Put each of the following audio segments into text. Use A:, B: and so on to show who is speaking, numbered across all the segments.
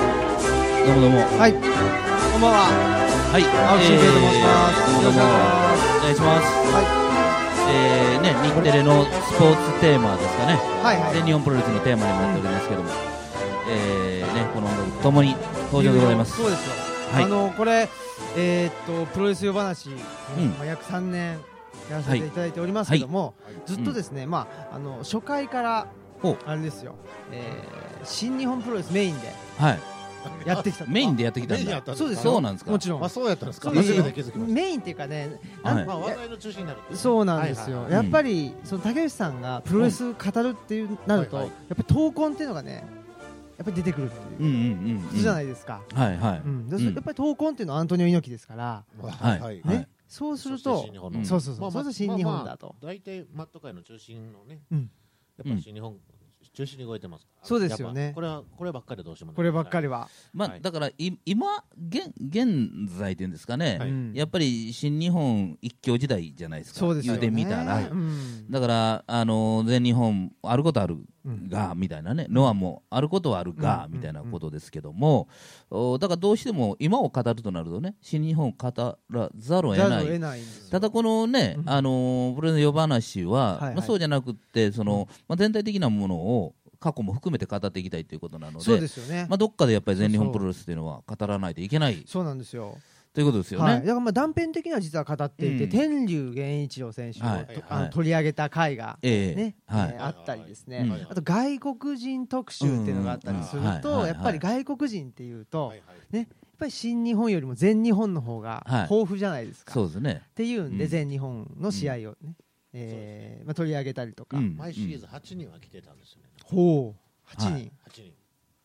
A: どうもどうも。
B: はい。こんばんは。
A: はい。
B: 青木真平と申しま
A: え
B: す。
A: ーどうもどうも。お願いします。
B: は
A: えー、ね、日テレのスポーツテーマですかね。
B: い。はい
A: で、
B: はい。
A: 日本プロレスのテーマにもなっておりますけども。えー、ね、この音楽ともに登場でございます。
B: そうですよ。
A: はい
B: あのこれえーっとプロレス呼ばなし、
A: ん
B: まあ約3年やらせていただいておりますけども、ずっとですね、まああの初回から
A: ほう
B: あれですよ、えー新日本プロレスメインで
A: はい。
B: やってきた。
A: メインでやってきた
C: メイ
A: ん
C: ンやっ
A: だ。
C: たんで
B: そうで
C: すか
B: すよ
A: そうなんですか。
B: もちろん
C: あ。そうやったんですか
B: そうで
C: 初
B: すよ
C: めて気づきまし
B: メインっていうかね、
A: はい
B: なん
C: た
B: か
C: まあ話題の中心になる
B: そうなんですよ、
C: はい
A: はい
B: やっぱりその竹内さんがプロレス語るっていうなると、
C: はい
B: や
C: は
B: っぱり闘魂っていうのがねやっぱり出てくるって
A: う
B: いうん
A: うんうん。。
B: ことじゃないいですか、
A: はいはい。
B: うんで
A: うん
B: やっぱり闘魂っていうのはアントニオ猪木ですから、
A: はい
C: はい
A: は
B: ね
A: い
B: そうすると
C: そして新日本
A: うん
C: の
B: そうそうそう、
C: まあ
B: そうすると新日本だと、
C: 大体マット界の中心のね
B: うん
C: やっぱり新日本中心に動いてますから
B: そうですよね
C: やっぱこれはこればっかりはどうしようもない
B: こればっかりは、
A: まあ
C: は、い
A: だから、い今、現、現在っていうんですか
C: は
A: ね。
C: い
B: うん
A: やっぱり、新日本一強時代じゃないですか。
B: そうですよね
A: 言うてみたら。
B: うん
A: だから、あの全日本、あることある
B: うん
A: が、みたいなね、ノアもあることはあるが、
B: うん
A: みたいなことですけども、おだからどうしても今を語るとなるとね、新日本を語らざるを
B: ざ
A: 得
B: るを
A: な
B: 得
A: い。
B: ないんですよ
A: ただこのね、
B: うん
A: あのプロの呼ばなしは、
B: はいはい
A: まあ、そうじゃなくって、そのまあ、全体的なものを過去も含めて語っていきたいということなので、
B: そうですよね、
A: まあ、どっかでやっぱり全日
B: そ
A: 本
B: う
A: プロレスというのは語らないといけない
B: そうなんですよ
A: ということですよ
B: はい、だ
A: ね。
B: からまあ断片的には実は語っていて、
A: うん
B: 天竜源一郎選手をと、
A: はい
B: あ
A: は
B: の
A: い
B: 取り上げた回が
A: ええ
B: ね、
A: はい
B: えーあったりです
A: う
B: ね、
A: ん
B: あと外国人特集っていうのがあったりする
A: うんうん
B: と、
A: はい
B: やっぱり外国人っていうと、
C: はい
B: やっ
C: はい
B: ぱり新日本よりも全日本の方が
A: はい
B: 豊富じゃないですか。
A: そう
B: っ
A: ですね。
B: ていうん
A: う
B: で、
A: ん
B: 全日本の試合をね、えーまあ、取り上げたりとか、
A: うん
C: 毎シーズン8人は来てたんですよね
B: ほう、8人、
A: はい
C: 8人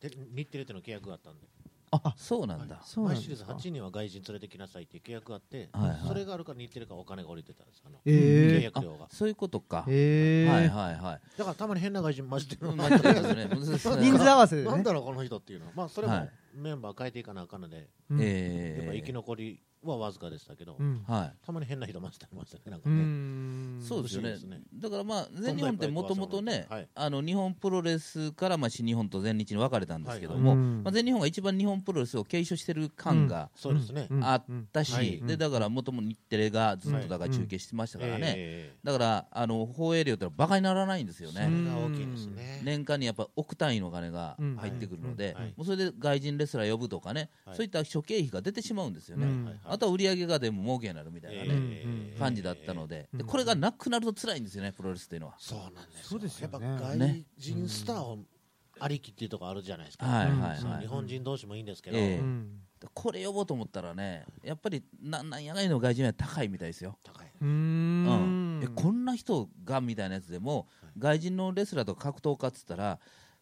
C: で日テレとの契約があったんで
A: あ、そうなんだ。
B: そうなん
C: 毎
B: で
C: シーズ
B: す
C: ン
B: か
C: 8。人は外人連れてきなさいっていう契約があって
A: はいはい
C: それがあるから日テレからお金が降りてたんですあの
B: え
C: 契
B: ー、
C: 約料が
A: あそういうことか。
B: えー
A: はいはいはい。
C: だからたまに変な外人混じってる
A: うんまあそうです ね
C: はい
B: 人数合わせで
C: なん
B: ね。
C: だろうこの人っていうのはまあそれ
A: は
C: も
A: い
C: メンバー変えていかなあかんので
B: うん
A: え
C: やっぱ
A: え
C: 生き残りはわずかでしたけど
B: うん
A: は
C: たまに変な人混じってましたねなんか
B: う
C: ね
B: ん
A: い、そうですよ
C: 不
A: ね
C: 思議ですね
A: だからまあ全日本ってもともとね、
C: はい
A: あの日本プロレスからまあ新日本と全日に分かれたんですけども、
B: はいはい
A: まあ、全日本が一番日本プロレスを継承してる感が
C: そうですね
B: うん
A: あっ
B: うん
A: たし、
C: はい
A: でだからもとも日テレがずっとだから中継してましたからね、
C: ええ
A: だからあの放映料ってのはバカにならないんですよ
C: それ
A: ね。
C: が大きいですね
A: 年間にやっぱ億単位のお金が入ってくるので、
C: うんはい
A: もうそれで外人レスラー呼ぶとかね、
C: はい
A: そういった諸経費が出てしまうんですよ
B: う
A: ね、
B: ん
C: はいはい
A: あとは売り上げがでも儲けになるみたいなね、
C: ええ
A: 感じだったので,、
B: え
A: でこれがなくなると辛いんですよねプロレスっていうのは。
C: そうなんですよ
B: そうですよね
C: やっぱ外人スターをありきっていうところあるじゃないですか、
A: はい
B: うん
A: はい
C: そう
A: は
C: 日
A: い、
C: 本人同士もいいんですけど、
A: ええ
B: うん
A: これ呼ぼうと思ったらねやっぱりななんやがいの外人は高いみたいですよ、
C: 高い、
B: う
A: うんんえこんな人がみたいなやつでも外人のレスラーとか格闘家っつったら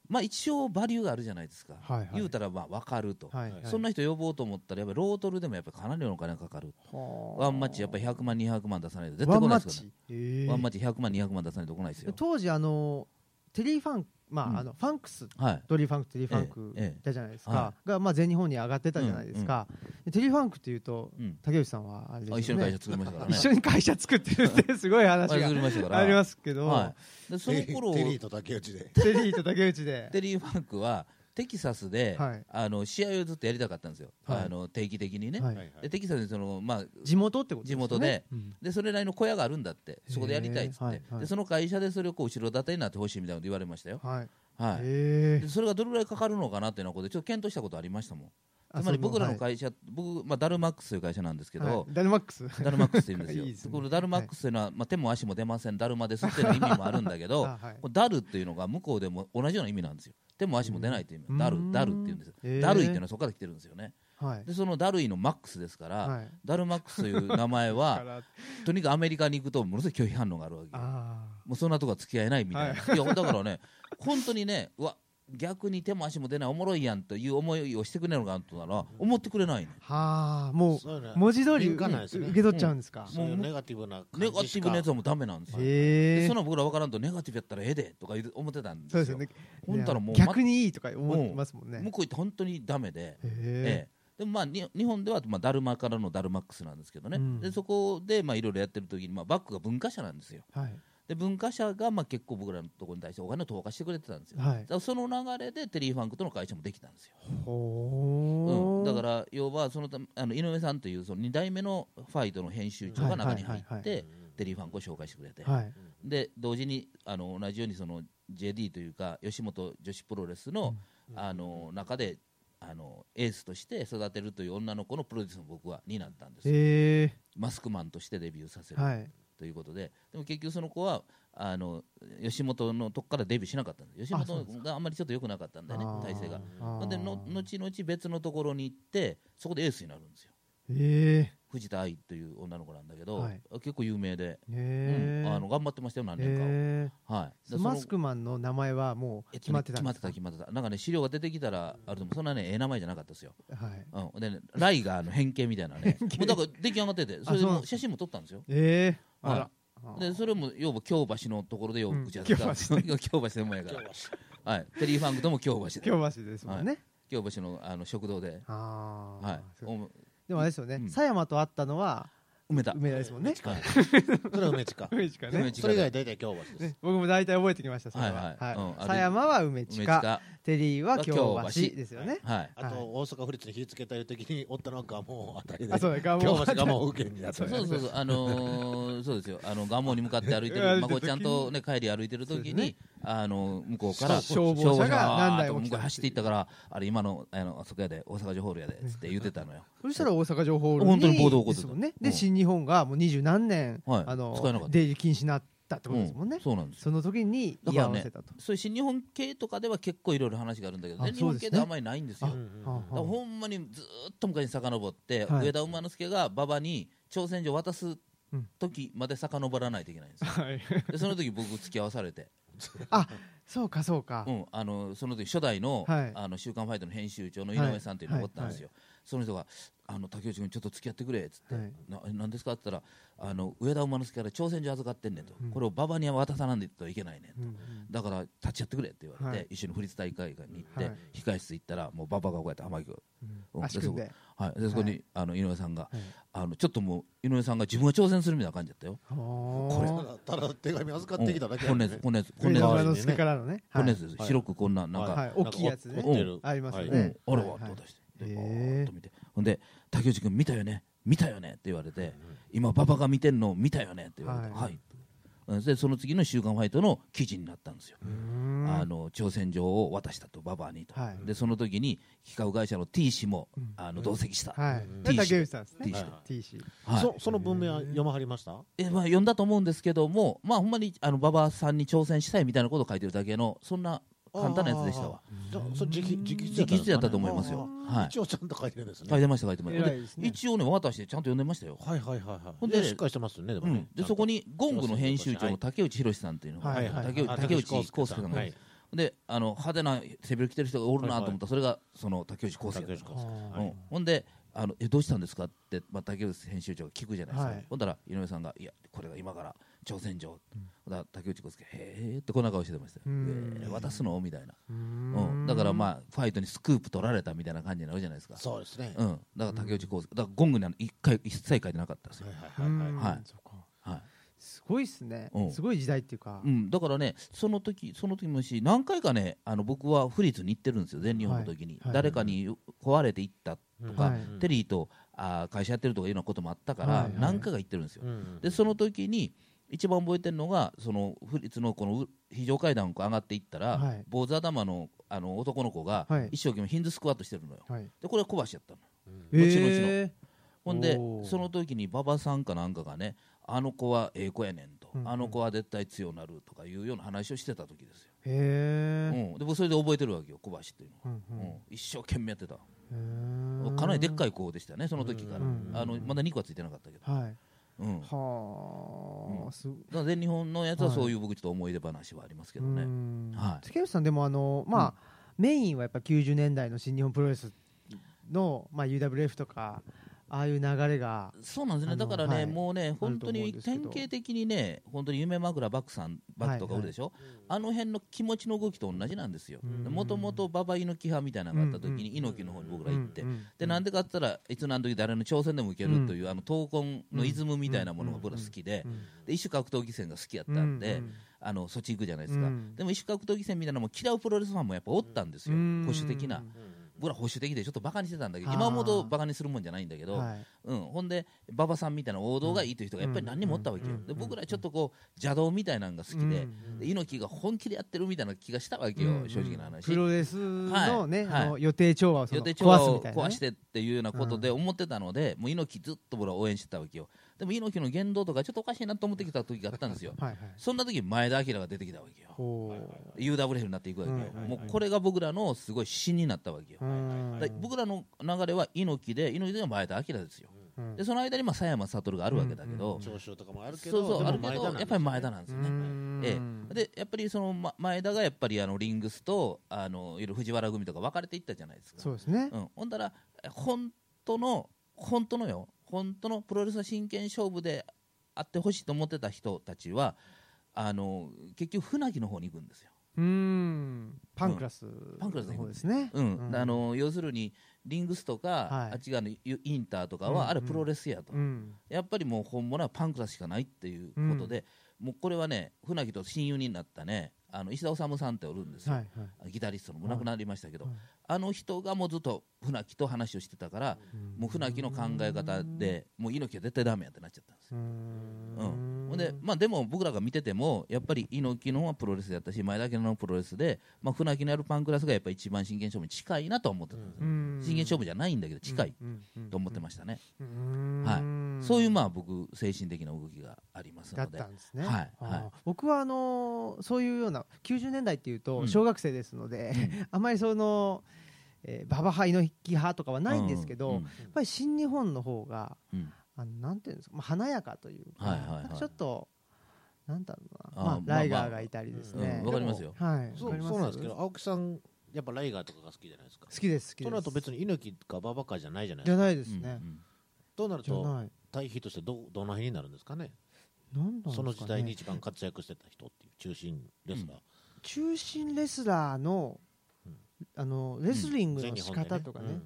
A: まあ一応バリューがあるじゃないですか、
B: はいはい
A: 言うたらまあ分かると、
B: はいはい
A: そんな人呼ぼうと思ったらやっぱりロートルでもやっぱりかなりのお金がかかるワンマッチやっぱり100万200万出さないと絶対来ないですからね、
B: えー
A: ワンマッチ100万200万出さないと来ないですよ
B: 当時あのテリーファンまあ、
A: うん
B: あのファンクス
A: はい
B: ドリーファンクテリーファン
A: えええ
B: ク
A: え
B: いたじゃないですか、
A: は
B: が、まあ、全日本に上がってたじゃないですか、でテリーファンクっていうと、
A: うん
B: 竹内さんはあれ
A: あ
B: で
A: 一
B: す
A: 緒に
B: よね
A: 会社作りましたからね
B: 一緒に会社作ってるってすごい話
A: あれ
B: が
A: 作りましたから
B: ありますけど、
A: はい、でその頃
C: テリーと竹内で
B: テリーと竹 内で
A: テリー・ファンクはテキサスで、
B: はい
A: あの試合をずっとやりたかったんですよ、
B: はい
A: あの定期的にね、
B: はい
C: はいはい
A: でテキサスにその、まあ、
B: 地元ってことですよね
A: 地元で
B: うん
A: でそれなりの小屋があるんだってそこでやりたいっつって、
B: へーはいはい
A: でその会社でそれをこう後ろ盾になってほしいみたいなこと言われましたよ、
B: はい
A: はい
B: へ
A: で
B: ー
A: それがどれぐらいかかるのかなっていうようなことでちょっと検討したことありましたもんつまり
B: あその
A: 僕らの
B: はい
A: 会社、僕、まあ、ダルマックスという会社なんですけど、
B: はいダルマックス
A: ダルマックスって言うんですよ
B: いいですね
A: これダルマックスというのは、まあ、手も足も出ませんダルマですっていうのは意味もあるんだけど
B: あはい
A: こうダルっていうのが向こうでも同じような意味なんですよ手も足も出ないという意味、
B: うん
A: ダルダルっていうんですよ、
B: へー
A: ダルイっていうのはそこから来てるんですよね
B: はい
A: でそのダルイのマックスですから、
B: はい
A: ダルマックスという名前 は
B: から
A: とにかくアメリカに行くとものすごい拒否反応があるわけよ
B: あー
A: もうそんなとこは付き合えないみたいな、い、やだからね本当にねうわ逆に手も足も出ないおもろいやんという思いをしてくれるのかなとなら思ってくれないの
B: はあも
C: そういうの
B: う文字通り
C: 敏感なんですね
B: 受け取っちゃうんですか、
C: そういうネガティブな
A: ネ
C: 感
A: ガテ
C: じし
A: ィブ
C: か
A: なやつはもうダメなんですよ
B: へ
A: で
B: え
A: そんな僕ら分からんとネガティブやったらええでとか言う思ってたんです
B: そう
A: よ
B: ですよね
A: ほんたらもう
B: 逆にいいとか思ってますもんね、
A: 向こう行って本当にダメで、
B: へ
A: ええ
B: え
A: でもまあに日本ではまあダルマからのダルマックスなんですけどね、
B: うん
A: でそこでまあいろいろやってる時にまあバックが文化者なんですよ
B: はい
A: で文化者がまあ結構僕らのところに対してお金を投下してくれてたんですよ、
B: はい
A: だからその流れでテリー・ファンクとの会社もできたんですよ、
B: ほおー
A: だから要はそのたあの井上さんというその2代目のファイトの編集長が中に入
B: はいはいは
A: っ
B: いは
A: てテリー・ファンコを紹介してくれて、
B: はい
A: で同時にあの同じようにその JD というか吉本女子プロレスの,、あの中であのエースとして育てるという女の子のプロデュースも僕は担ったんですよ
B: え
A: マスクマンとしてデビューさせ
B: え
A: る
B: はい
A: ということで、でも結局その子はあの吉本のとこからデビューしなかったんです吉
B: あそ
A: 本
B: うです
A: があんまりちょっと良くなかったんだよね
B: あー
A: 体制が
B: あー
A: ほんでの後々別のところに行ってそこでエースになるんですよ
B: え
A: 藤田愛という女の子なんだけど、
B: はい
A: 結構有名で、
B: ええ
A: う
B: え
A: んあの頑張ってましたよ何年かは、
B: え
A: はい
B: え
A: でその
B: マスクマンの名前はもう
A: えっ
B: 決
A: と
B: ま
A: ね
B: ってた
A: 決
B: んですか、
A: まってた決まってたなんかね資料が出てきたらあるともそんなねええ名前じゃなかったですよ、
B: はい
A: うん、でねライガーの変形みたいなねもうだから出来上がっててそれで
B: そうなん
A: も
B: で
A: う写真も撮ったんですよ
B: ええ
A: はい
B: あらあ
A: でそれも要は京橋のところでよ
B: うん
A: く打ち合わせた
B: 京 橋
A: 京橋でもやか
C: 今日
A: ら
C: は
A: はいテリーファンクとも京橋で
B: 京橋ですもんね、
A: 京橋のあの食堂で
B: ああ、
A: はい
B: そう
A: お
B: でもあれですよね
A: うん
B: 狭山と会ったのは
A: 梅田
B: 梅田ですもんね
A: はい
C: それは梅地か
B: 梅地か
A: 梅
B: ね
A: 地
C: それ以外大体京橋です
B: ね僕も大体覚えてきましたそれは
A: はいはいうんあれ
B: 狭山は梅
A: 梅
B: 地か
A: 近
B: テリーは京
A: は京
B: 橋
A: 橋
B: ですよね
A: はい
C: あ
B: はい
C: と大阪府立に火つけたいう時におったのがもう当たりで
B: あそうだガモ
C: 京橋がもう受けになった
A: そうそうそう、あの ー、そうですよ、あの、蒲生に向かって歩いて
B: 歩いて
A: る、
B: る
A: まこちゃんとね、帰り歩いてる時
B: そうです
A: に。あの、向こうから、
B: そう消防車が何台
A: わーっと
B: も
A: 向こ
B: 来た
A: う走っていったから、あれ、今の、あの、あそこやで、大阪城ホールやで、つって言ってたのよ。
B: そしたら大阪城ホール
A: 本当に暴動起こって
B: で
A: た
B: すもんね
A: う
B: で
A: ん
B: 新日本がもう二十何年
A: はい
B: あの
A: 使えなかった
B: 出入り禁止になったってことですもん
A: う
B: ね
A: んそうなんですよ。
B: その時に
A: だ
B: 居
A: から
B: 合
A: ね
B: わせたと
A: そういう新日本系とかでは、結構いろいろ話があるんだけど、
B: あ
A: ね、日本系
B: そ
A: で
B: うですね
A: はあんまりないんですよ。
B: あ
A: だ
B: はあ
A: から
B: は
A: ほんまにずーっと昔に遡って、
B: はい
A: 上田馬之助が馬場に挑戦状渡す時まで遡らないといけないんですよ。
B: あはい
A: でその時僕付き合わされ て、
B: あそうかそうか
A: うん、あのその時初代の「
B: はい
A: あの週刊ファイト」の編集長の井上さんというのがおったんですよ、その人が「あの竹内君ちょっと付き合ってくれ」っつって「
B: はい
A: ななんですか?」って言ったら「あの上田馬之助から挑戦状預かってんねん」と、
B: うん
A: これを馬場には渡さなんといけないねん」
B: うんうん
A: だから立ち会ってくれって言われて、
B: はい
A: 一緒に府立大会館に行って、
B: はい
A: 控室行ったらもう馬場がこうやって浜木君、
B: う
A: うんん
B: 足組んで
A: はい、でそこに、あの井上さんが、
B: はい
A: あの「ちょっともう井上さんが自分が挑戦するみたいな感じだったよ」
B: こ
C: ただ手紙預
A: う
C: か
A: ん
C: ってきただけ
A: こんなやつこんなやつこ
B: れ
A: んな
B: 上田
A: やつ
C: ね
B: 之助からのね
A: こんなやつ
B: は
A: です、
C: はい
A: 白くこんななんか、
B: いはい大きいやつね
A: お折って
C: る
B: ありますよ
A: う
B: ね
A: ん、あら
B: は
A: わ
B: い
A: と出して、で
B: へ
A: バー
B: え
A: ッと見てほんで「竹内君見たよね見たよね」って言われて「今馬場が見てんの見たよね」って言われて「
B: はい
A: はい」うんでその次の「週刊ファイト」の記事になったんですよ、
B: うん
A: あの挑戦状を渡したと馬場にと、
B: はい
A: でその時に企画会社の T 氏も、
B: うん
A: あの同席した、
B: はい。
A: T
B: で
A: 氏
B: 竹内さんですね。
A: T 氏
C: は
B: T 氏。
A: はい
C: そその文明は読まはりました
A: えまあ、読んだと思うんですけども、まあ、ほんまにあの馬場さんに挑戦したいみたいなことを書いてるだけのそんな簡単なやつでしたわ
C: じゃあそれ直筆
A: 直筆やったと思いますよ、はい、
C: 一応ちゃんと書いてるんです
A: 書い
C: ね
A: てました書いてました、
B: 偉いですね
A: で一応ね渡してちゃんと読んでましたよ
C: はいはいはいは
A: ほん
C: い
A: で
C: でしっかりしてますよねでも
A: う
C: ね
A: ん、でそこ
C: に
A: にゴングの編集長の竹内宏さんっていうのが、
B: はいはい
A: 竹内
C: あ
A: 竹内康介さんが、
C: はい
A: であの派手な背広着てる人がおるなと思ったら、それがその竹内康介
C: 竹
A: だっ
C: 内
A: た
C: 康介
B: あ
A: う
B: ー
A: ん、ほんであのえどうしたんですかって、まあ、竹内編集長が聞くじゃないですか、
B: はい
A: ほんだら井上さんが「いやこれが今から挑戦状」ほんだら竹内康介「へえ」ってこんな顔してましたよ「
B: うん
A: えー渡すの?」みたいな、
B: う
A: うん
B: ん
A: だからまあファイトにスクープ取られたみたいな感じになるじゃないですか
C: そうですね
A: うん、だから竹内康介だからゴングには一回一切書いてなかったですよ、
C: はいは
B: う
C: いはい
B: ん
A: はい
B: そうか
A: はい
B: すごいですね
A: う。ん
B: すごい時代っていうか
A: う。ん、だからね、その時その時もし、何回かね、あの僕は府立に行ってるんですよ、全日本の時に、
B: はいはい
A: 誰かに壊れて行ったとか、
B: はい
A: テリーとあー会社やってるとかいうようなこともあったから、
B: はいはい
A: 何回か行ってるんですよ、
C: うん
A: でその時に、一番覚えてるのが、その府立のこのう非常階段を上がっていったら、
B: はい
A: 坊主頭のあの男の子が
B: はい、
A: 一生懸命ヒンズスクワットしてるのよ、
B: はい。
A: でこれは小橋やったの。
B: え
A: 後々の
B: ー
A: ほんで
B: おー
A: その時に馬場さんかなんかがねあの子はええ子やねんと、
B: うんうん
A: あの子は絶対強なるとかいうような話をしてた時ですよ、う
B: へ
A: ん
B: え。
A: で僕それで覚えてるわけよ小橋っていうのは、
B: うん
A: うん一生懸命やってた、
B: うんへー
A: かなりでっかい子でしたねその時から、
B: うん
A: あのまだ肉はついてなかったけど、
B: はい。
A: うん、だか
B: はあ。すごい。
A: ら全日本のやつはそういう僕ちょっと思い出話はありますけどね、
B: うん
A: はい
B: 竹内さんでもあのまあメインはやっぱ90年代の新日本プロレスのまあ UWF とかああいう流れが
A: そうなんです
B: あ
A: ねだ
B: の
A: からね、
B: はい
A: もうね本当
B: ある
A: に
B: と思うんですけ
A: 典
B: ど
A: 型的にね本当に夢枕バックさんバックとかおるでしょ、あの辺の気持ちの動きと同じなんですよ
B: うん
A: もともと馬場猪木派みたいなのがあった時
B: うんうん
A: に猪木の方に僕ら行って、
B: うんうん
A: でなんでかって言ったらいつ何時誰の挑戦でも受けるという、あの闘魂のイズムみたいなものが僕ら好きで,、
B: うん
A: で一種格闘技戦が好きやったんで、
B: うんうん
A: あのそっち行くじゃないですか、
B: うん
A: でも一種格闘技戦みたいなのも嫌うプロレスファンもやっぱおったんですよ、
B: うん
A: 保守的な。僕ら保守的でちょっとバカにしてたんだけど
B: あー
A: 今ほどバカにするもんじゃないんだけど、
B: はい
A: うん、ほんで馬場さんみたいな王道がいいという人がやっぱり何人もおったわけよ、
B: うん
A: で僕らちょっとこう邪道みたいなのが好きで,、
B: うん
A: で猪木が本気でやってるみたいな気がしたわけよ、
B: うん
A: 正直な話
B: プ。ロレスのね、
A: はい
B: あの
A: は
B: 予定調和をその
A: 予定調
B: 壊
A: 和
B: すみ
A: を
B: たいな、
A: 壊
B: ね
A: し、てっていうようなことで思ってたので、もう猪木ずっと僕ら応援してたわけよでも猪木の言動とかちょっとおかしいなと思ってきた時があったんですよ
B: はいはい
A: そんな時に前田明が出てきたわけよ
B: ほ
A: UWF になっていくわけよ、
B: はいはいはい
A: もうこれが僕らのすごい芯になったわけよ
B: う、うん
A: だ僕らの流れは猪木で猪木が前田明ですよ
B: うん
A: でその間にまあ佐山悟があるわけだけど、
B: うん
C: 長所とかもあるけ
A: そ
C: ど
A: うそうあ
C: で
A: る
C: も
A: け
C: 前
A: ど
C: 田な
A: やっぱり前田なん
C: んですよね
A: ですよね、
B: うん
A: ええ、でやっぱりその、ま、前田がやっぱりあのリングスとあのいろいろ藤原組とか別れていったじゃないですか
B: そうですね、
A: うん、ほんだら本当の本当のよ本当のプロレスは真剣勝負であってほしいと思ってた人たちはあの結局船木の方に行くんですよ、
B: うん、パンクラス
A: パンクラス
B: の方ですね。
A: うん
B: うん
A: あの要するにリングスとか、
B: はい
A: あっち側のイインターとか
B: うん
A: はあれプロレスやと、
B: うん
A: やっぱりもう本物はパンクラスしかないっていうことで、もうこれはね船木と親友になったねあの石田治さんっておるんですよ、
B: はいはい
A: ギタリストのもう亡くなりましたけど、
B: はい
A: あの人がもうずっと船木と話をしてたから、もう船木の考え方でもう猪木は絶対ダメやってなっちゃったんです
B: う
A: よ、
B: ん
A: うんほんでまあ、でも僕らが見ててもやっぱり猪木の方はプロレスやったし前田家のプロレスで、まあ、船木のやるパンクラスがやっぱり一番真剣勝負に近いなとは思ってたんですよ、
B: 真
A: 真剣勝負じゃないんだけど近いと思ってましたね、はそういうまあ僕精神的な動きがあります
B: だ
A: の
B: っ
A: で
B: たんですね、
A: はいはい
B: あー僕はあのーそういうような90年代っていう
A: う
B: と
A: ん
B: 小学生ですので、 あまりその、えー、ババ派猪木派とかはないんですけど、
A: う
B: やっぱり新日本の方が
A: うんうん
B: あのなんていうんですか、まあ、華やかというか,、
A: はいはいはい
B: なんかちょっとなんだろうな
A: あー
B: まあ、
A: まあ
B: ライガーがいたりです
A: うん
B: ね、
A: わかりますよ
B: はい
C: そ
B: わか
C: う
B: りま
C: そうなんですけど青木さんやっぱライガーとかが好きじゃないですか
B: 好きです好きです
C: となると別に猪木か馬場かじゃないじゃない
B: じ
C: です
B: ゃ
C: か
B: ないです
A: うん
B: ね、
C: となる
B: じゃ
C: と
B: ない
C: 対比としてどどの辺になるんですかね
B: なんだ、ね、
C: その時代に一番活躍してた人っていう中心レスラー、
B: 中心レスラーの
C: うん
B: あのレスリング
C: 全
B: の
C: 日
B: 仕
C: 本でね
B: 方とかね、
C: ん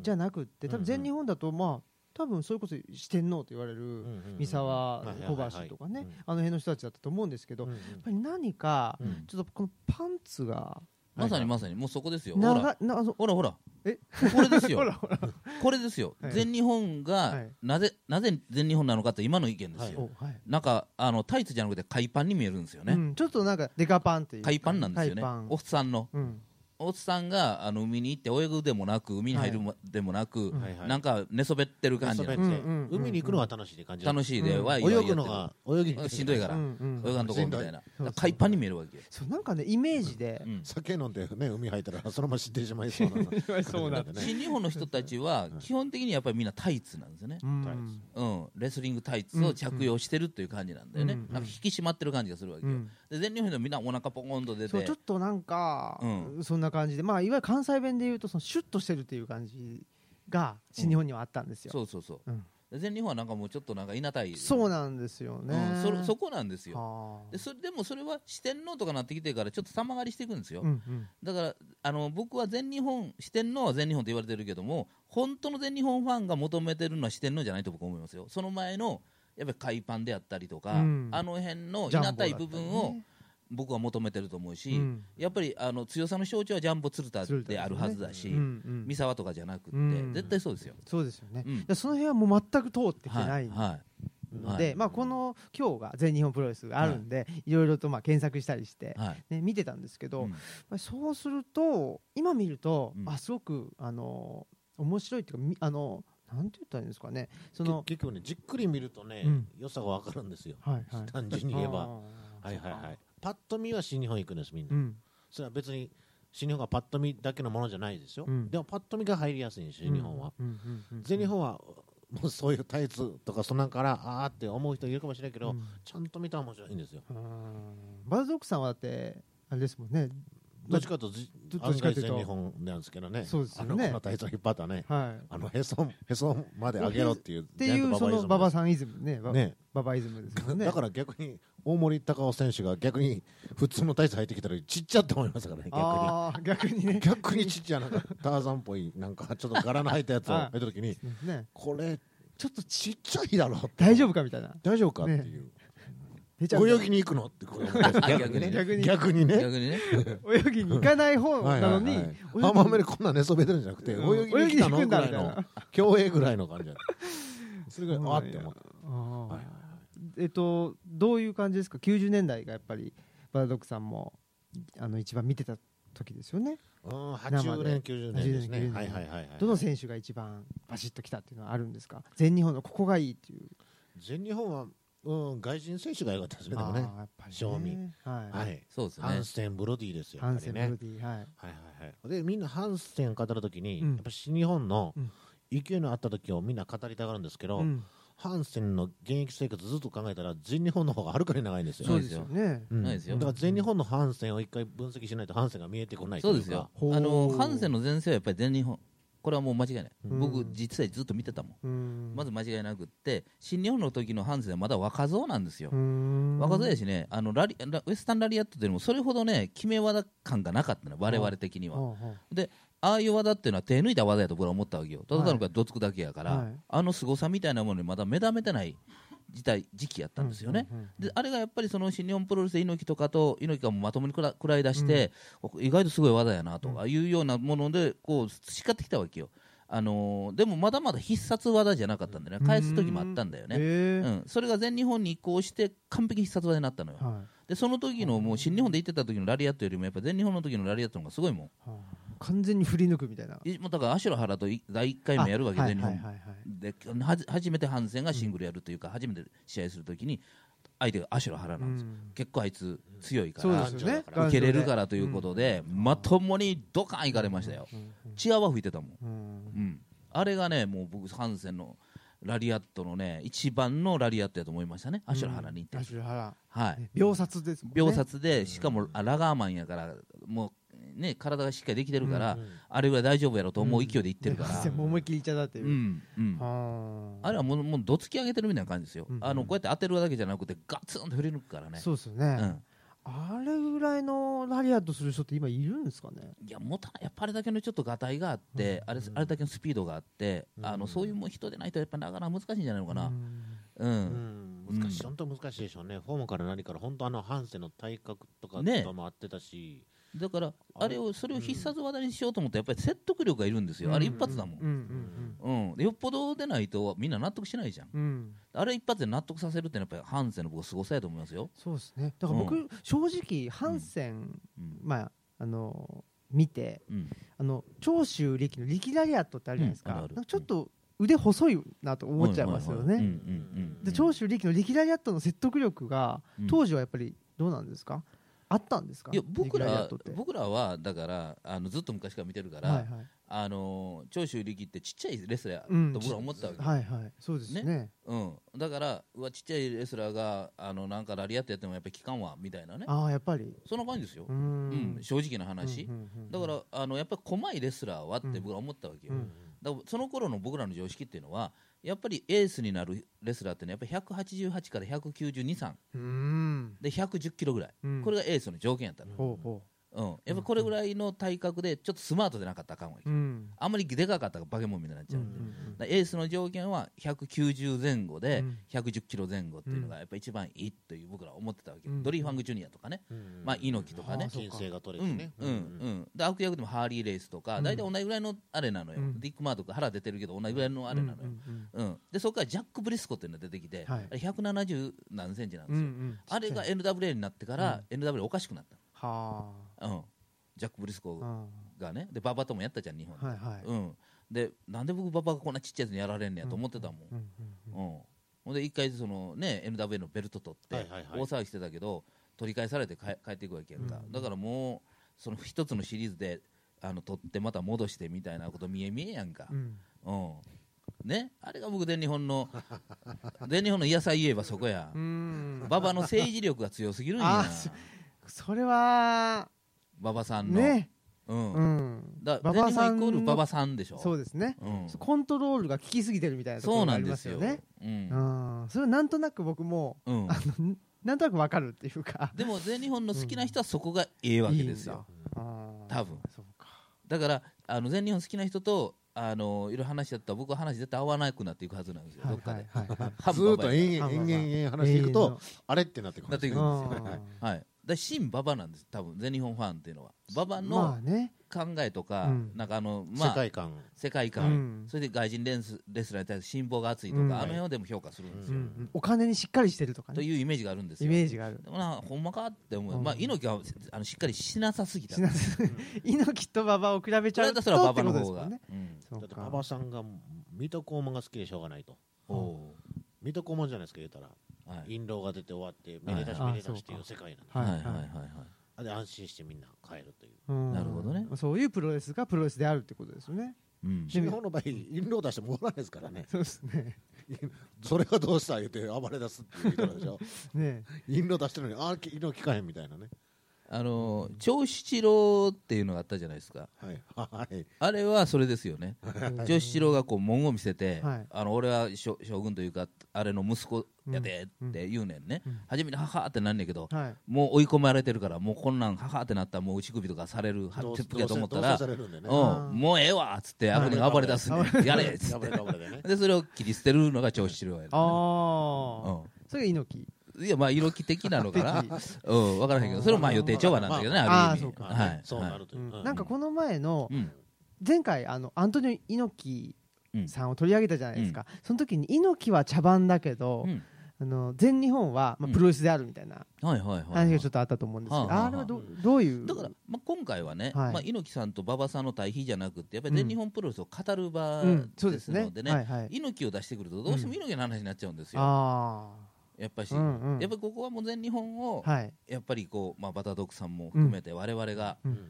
B: じゃなくって多
C: うん
B: 分
C: うん
B: 全日本だとまあ多分それこそ四天王と言われ
C: う
B: る
C: んうんうん
B: 三沢
C: はいはいはい
B: 小
C: はい
B: 林とかね
C: うん
B: あの辺の人たちだったと思うんですけど
C: う
B: や
C: んうん
B: っぱり何か
A: うんうん
B: ちょっとこのパンツが
A: まさにまさにもうそこですよほ
B: 長
A: ら
B: いなあの
A: ほらほら
B: え
A: これですよ
B: ほらほら
A: これですよ、
B: はい
A: 全日本
B: は
A: が
B: い
A: なぜなぜ全日本なのかって今の意見ですよ、
B: おはい
A: なんかあのタイツじゃなくて海パンに見えるんですよ
B: う
A: ね、
B: んちょっとなんかデカパンっていう
A: 海パンなんですよね
B: 海パン
A: おっさんの
B: うん
A: おっさんがあの海に行って泳ぐでもなく海に入るもでもなく、
B: うん
C: はいはい
A: なんか寝そべってる感じ
C: 寝そべ
A: な
C: っ
A: の
C: て
B: うんうんうん
C: 海に行くのは楽しいって感じなんで
A: 楽
C: す
A: しいで、
B: うん
A: わいわい
C: 泳
A: やって
C: ぐ
A: る
C: のが泳ぎに行くのが
A: しんどいから、
B: うんうん
A: 泳がんとこみたいなだ
B: どい
A: から海パンに見えるわけよ、
B: そうなんかねイメージで
A: うん
C: 酒飲んでね海入ったらそのまま死んでしまいそう な
B: そうなんだ
A: 新日本の人たちは基本的にやっぱりみんなタイツなんですよね、
B: うん
C: はい
A: うん、レスリングタイツを着用してるっていう感じなんだよね、
B: うんうん
A: なんか引き締まってる感じがするわけ
B: う
A: よ、
B: ん
A: で全日本のみんなお腹ポコンと出て
B: そうちょっとなんか、
A: う
B: そんな感じで、まあ、いわゆる関西弁で言うとそのシュッとしてるっていう感じが新日本にはあったんですよ、
A: そうそうそう、
B: うん
A: で全日本はなんかもうちょっとなんかいなたい
B: そうなんですよね、
A: うんそれそこなんですよ
B: はあ
A: でそれでもそれは四天王とかなってきてからちょっと様変わりしていくんですよ、
B: うんうん
A: だからあの僕は全日本四天王は全日本と言われてるけども本当の全日本ファンが求めてるのは四天王じゃないと僕は思いますよその前のやっぱり海パンであったりとか、
B: うん
A: あの辺のい
B: ジャ
A: な
B: ン
A: た
B: ボだった
A: い
B: りね
A: 部分を僕は求めてると思うし、
B: うん
A: やっぱりあの強さの象徴はジャンボ鶴田であるはずだし、
B: うんうん
A: 三沢とかじゃなくって、
B: うん
A: 絶対そうですよ。
B: そうですよね、
A: うん
B: でその辺はもう全く通ってきて
A: は
B: ないい
A: はい
B: ので、
A: はい
B: まあ、この今日が全日本プロレスがあるんで、い、ろいろとまあ検索したりして、
A: はい
B: ね、見てたんですけど、
A: うん
B: やっぱりそうすると今見ると、
A: うん
B: あすごくあの面白いっていうかみあのなんて言ったらいいんですかねその
C: け結局ねじっくり見るとね、
B: うん
C: 良さが分かるんですよ
B: はいはい
C: 単純に言えばは
B: あー
C: いはいはいパッと見は新日本行くんですみん
B: う
C: な、
B: ん
C: それは別に新日本がパッと見だけのものじゃないですよ、
B: うん
C: でもパッと見が入りやすいんです新日本は、
B: うんうんうんうん
C: 全日本はもうそういうタイツとかそんなんからあーって思う人いるかもしれないけど、
B: うん
C: ちゃんと見たら面白いんですよ
B: うんバルドックさんはだってあれですもんね
C: どっちかというとじ
B: どどっ
C: 案
B: ちかと
C: 外
B: いうと
C: 全日本なんですけどね
B: そうですよね
C: あのこのタイツを引っ張ったね
B: はい
C: あのへそへそまで上げろっていうっ
B: っていうその馬場さんイズムねば
C: ね
B: ババイズムですもんね
C: だから逆に大森隆夫選手が逆に普通のタイツ履いてきたらちっちゃって思いますからね逆
B: あー逆にね
C: に逆にちっちゃななんかターザンっぽいなんかちょっと柄の入ったやつ を
B: はい
C: 履いた時に
B: ね
C: これちょっとちっちゃいだろ
B: 大丈夫かみたいな
C: 大丈夫かっていう、
B: ね出ちゃう
C: 泳ぎに行くのってこれ思ったんです
A: 逆にね
B: 逆に
C: 逆にね
A: 逆にね
B: 泳ぎに行かない方なのに
C: はいはいはい
B: 泳ぎ
C: 浜辺でこんな寝そべってるんじゃなくて、
B: うん
C: 泳ぎに来たの
B: 泳ぎに行くん
C: ぐ
B: だ
C: らいの競泳ぐらいの感じだ それぐらいあって思っ
B: あー
C: はいはい
B: えっとどういう感じですか90年代がやっぱりバラドックさんもあの一番見てた時ですよね、
C: たうん80年90年です
B: 80
C: ね
B: 年
C: はいはいはいはい
B: どの選手が一番バシッときたっていうのはあるんですか全日本のここがいいっていう
C: 全日本は、うん、外人選手が良かったですねでもね
B: あーやっぱりね
C: 賞味
B: はい、
C: はい
A: そうです
C: ハ
A: ね
C: ンセンブロディですよ
B: ハ
C: や
B: ン
C: っぱ
B: セ
C: り
B: ン
C: ね
B: ブロディはい
C: はいはいはいでみんなハンセン語るときに、
B: うん
C: やっぱ新日本の
B: うん
C: 勢いのあった時をみんな語りたがるんですけど、
B: うん
C: ハンセンの現役生活ずっと考えたら全日本の方がはるかに長いんですよ
A: そうです
B: ね
C: うん
A: ないですよ
C: だから全日本のハンセンを一回分析しないとハンセンが見えてこない
A: そ
C: とい
A: う
C: か
A: ですよ
B: ほう
A: あのハンセンの前世はやっぱり全日本これはもう間違いない、
B: うん
A: 僕実際ずっと見てたもん、
B: うん
A: まず間違いなくって新日本の時のハンセンはまだ若造なんですよ、
B: うん
A: 若造やしねあのラリラウエスタンラリアットでもそれほどね決め技感がなかったの我々的には、
B: ほうほう
A: でああいう技っていうのは手抜いた技やと僕は思ったわけよただ単にどつくだけやから、
B: はい
A: あの凄さみたいなものにまだ目覚めてない時代時期やったんですよね、
B: うんうん
A: であれがやっぱりその新日本プロレスで猪木とかと猪木がもうまともにくら食らい出して、意外とすごい技やなとかいうようなものでこう培ってきたわけよ、あのーでもまだまだ必殺技じゃなかったんだよね返す時もあったんだよ
B: へ
A: ね、う
B: え
A: んそれが全日本に移行して完璧必殺技になったのよ、
B: はい
A: でその時のもう新日本で行ってた時のラリアットよりもやっぱ全日本の時のラリアットの方がすごいもん
B: はあ完全に振り抜くみたいない
A: もうだからアシュラハラとい第1回目やるわけ
B: あ
A: 全日
B: はい
A: 本
B: はいはいはい
A: ではじ初めてハンセンがシングルやるというか、初めて試合するときに相手がアシュラハラなんですよ、
B: うん
A: 結構あいつ強いか
B: そうで
A: ら
B: すよね
A: 受けれるからということで、まともにドカンいかれましたよ、チアは吹いてたもん、
B: うん
A: うん、あれがねもう僕ハンセンのラリアットのね一番のラリアットやと思いましたねアシュラハラに行って、
B: アシュラハ
A: はい
B: ラね秒殺ですもんね
A: 秒殺で、しかもあラガーマンやからもうね体がしっかりできてるから、あれぐらい大丈夫やろと思う勢いでいってるから、
B: ねもう思いっきりいっちゃったっていううん
A: うん
B: はあ
A: あれはもうもうどつき上げてるみたいな感じですよ、
B: うん
A: あのこうやって当てるだけじゃなくてガツンと振り抜くからね
B: そうですよ
A: う
B: ね
A: ん、
B: あれぐらいのラリアットする人って今いるんですかね
A: いやもたやっぱあれだけのちょっとがたいがあって、あれあれだけのスピードがあって、あのそういうもう人でないとやっぱなかなか難しいんじゃないのかな
B: うん
A: うん、
C: うん
A: うん
C: 難しい本当難しいでしょうねフォームから何から本当あのハンセンの体格とか
A: ね
C: とも合ってたし、
A: だから
C: あ
A: あ
C: れ
A: れをそれを必殺技にしようと思ってやっぱり説得力がいるんですよ、あれ一発だもん、
B: うんうん
A: うんでよっぽどでないとみんな納得しないじゃん
B: うんうん
A: あれ一発で納得させるってのはやっぱりハンセンの僕すごさやと思いますよ、
B: そうですねだから
A: う
B: 僕正直ハンセン
A: うん
B: まああの見て
A: うん、
B: あの長州力の力ラリアットってあるじゃないですか,、
A: うんあるある
B: なんかちょっと腕細いなと思っちゃいますよね、
A: はははうんうんうん、
B: で長州力の力ラリアットの説得力が
A: うん
B: 当時はやっぱりどうなんですかあったんですか
A: いや僕
B: 力ラリア
A: ら
B: ットって
A: 僕らはだからあのずっと昔から見てるから、
B: はいはい
A: あのー長州力ってちっちゃいレスラ
B: う
A: ー
B: ん
A: と僕ら思ってたわけ、
B: はいはいそうですね
A: うんだからうわちっちゃいレスラーがあのなんかラリアットやってもやっぱり効かんわみたいなね
B: ああやっぱり
A: そんな感じですよ
B: う、ー
A: うんん正直な話、
B: うんうんうん
A: だからあのやっぱり細いレスラーはって僕ら思ったわけよ、
B: うん
A: だからその頃の僕らの常識っていうのはやっぱりエースになるレスラーってねやっぱ188から1923
B: うーん
A: で110キロぐらい、
B: うん
A: これがエースの条件やったの、
B: ほうほ
A: うん、やっぱりこれぐらいの体格でちょっとスマートでなかったらあかんわけ、
B: ううん
A: あんまりでかかったらバケモンみたいになっちゃうんで、
B: うんうんうん
A: だからエースの条件は190前後で
B: うん
A: 110キロ前後っていうのがやっぱ一番いいという僕らは思ってたわけ、
B: うん
A: ドリーファングジュニアとかね、まあ猪木とかね
B: ああそう
C: 人
B: か
C: 生が取
A: う
C: れて
A: ん
C: ね、
A: うんうん、で悪役でもハーリーレースとか、
B: うん
A: 大体同じぐらいのあれなのよ、
B: うん
A: ディック・マートか腹出てるけど同じぐらいのあれなのよ、うん
B: うんうん
A: でそこからジャック・ブリスコっていうのが出てきて、
B: はい
A: あれ170何センチなんで
B: うんう
A: す
B: ん
A: よ、
B: うん
A: あれが NWA になってから、NWA おかしくなっ
B: は
A: たの、うん、ジャック・ブリスコ
B: あうん
A: がねでババともやったじゃん日本で、
B: はいはい
A: うん、でなんで僕ババがこんなちっちゃいやつにやられんねやと思ってたもん、
B: うんうん
A: うんほんで一回そのね NWA のベルト取って
C: はいはいはい
A: 大騒ぎしてたけど取り返されてかえ帰っていくわけやんか、
B: うん
A: だからもうその一つのシリーズであの取ってまた戻してみたいなこと見え見えやんか
B: う、ん
A: うんね、あれが僕全日本の 全日本の癒さ言えばそこや
B: う、ん
A: 馬場の政治力が強すぎるんや
B: あそれは
A: 馬場さんの、
B: ね
A: うん
B: うん
A: だ
B: 馬
A: 全
B: 場
A: 日
B: さ
A: 本
B: ん
A: イコール馬場さんでしょ
B: そうですね
A: うん
B: コントロールが効きすぎてるみたいなとこ
A: そうな
B: ろがあ
A: ん
B: り
A: で
B: ますす
A: よ
B: よね
A: うん
B: うんそれはなんとなく僕も
A: うん
B: あのなんとなくわかるっていうか
A: でも全日本の好きな人はそこがええわけですよ
B: いいんだあー
A: 多分
B: そうか
A: だからあの全日本好きな人とあのいる話だったら僕は話絶対合わなくなっていくはずなんですよ、
B: はい
A: どっか
B: は
A: で
B: い。はいはい
A: 半
C: ず
A: 分
C: ーっ
A: ババや
C: と延々
B: 半々
C: 延々延々話していく
B: 永遠
C: と
B: の
C: あれってなってくるんですよ
A: な
B: あ
A: って
B: ー
A: はい、だ新馬場なんです多分全日本ファンっていうのは馬場
B: ま
A: の
B: あね、
A: 考えとか、
B: うん
A: なんかあのまあ
C: 世界観
A: 世界
B: う
A: 観、
B: ん
A: それで外人レンスレスラーに対する辛抱が厚いとか、
B: うん
A: あの辺でも評価するんです
B: うんう
A: よ、
B: ん、お金にしっかりしてるとか
A: と
B: ね
A: いうイメージがあるんです
B: イ
A: よ
B: メージがある
A: でもなほんまかって思う、
B: うん
A: まあ猪木はあのしっかりしなさすぎた
B: しなさ猪木と馬場を比べち
A: それ
B: ゃ
A: だ
B: う
A: っ
B: と
A: た
B: っ
A: ら
B: て
A: そ
B: こ
A: れは馬場の方が、
B: とですもんね
A: うん
B: そ
C: だっ
B: う
C: て
B: か
C: 馬場さんが水戸黄門が好きでしょうがないと
A: お
C: 水戸黄門じゃないですか言うたら
A: ーはい
C: 印籠が出て終わってめでたし
B: はい
C: めでたしっていう世界なんで
A: はい
B: は
A: はいいはいはい
C: あで安心してみんな帰るという
B: うん
A: なるほどね
B: そういうプロレスがプロレスであるってことですよね
A: うん
B: で
C: 日本の場合印籠出してもらわないですからね
B: そうですね
C: それがどうした言うて暴れ出すっていう人なんでしょ
B: ね
C: 印籠出してるのにあー印籠聞かへんみたいなね
A: あのー長七郎っていうのがあったじゃないですか
C: はいはい
A: あれはそれですよね長七郎がこう門を見せて、
B: はい
A: あの俺は将将軍というかあれの息子やでって言うねんね、
B: うん
A: 初めに「はは」ってなんねんけど、
B: はい
A: もう追い込まれてるからもうこんなんははってなったらもう内首とかされるは
C: どう
A: 切腹やと思った
C: ど
A: ら
C: うせされるんでね
B: あ
A: う
B: ー
A: ん、もうええわっつって悪人が暴れ出すねんやれっつっ
C: 暴れ
A: て
C: 暴れ でね
A: でそれを切り捨てるのが長七郎やねん
B: ああ
A: う
B: それが猪木
A: ん、いやまあ色気的なの かな、うん、分からへんけどそれもまあ予定調和なんだけどね
B: まあ
A: ある意味
B: ま
C: まあ
A: は
C: ね
A: い
C: そうなると
B: う
C: いう、
B: んなんかこの前の
A: うん
B: 前回あのアントニオ猪
A: うん
B: 木さんを取り上げたじゃないですかその時に猪木は茶番だけど
A: うん
B: あの全日本はま
A: うん
B: あプロレスであるみたいな
A: はいはいはい、
B: 話
A: は
B: が
A: い
B: ちょっとあったと思うんですけ
A: は
B: ど
A: あはあはあ
B: あれはどどういう
A: だから、まあ、今回はね、
B: はい
A: まあ、猪木さんと馬場さんの対比じゃなくてやっぱり全日本プロレスを語る場
B: うんそう
A: で
B: です
A: すの
B: ね
A: でね,、
B: はいはい
A: 猪木を出してくるとどうしても猪木の話になっちゃうんですよ、
B: あ
A: やっぱし、
B: あうんうん
A: やっぱりここはもう全日本を、
B: はい
A: やっぱりこう、まあ、バタードッグさんも含めて我々が
B: う
C: うんん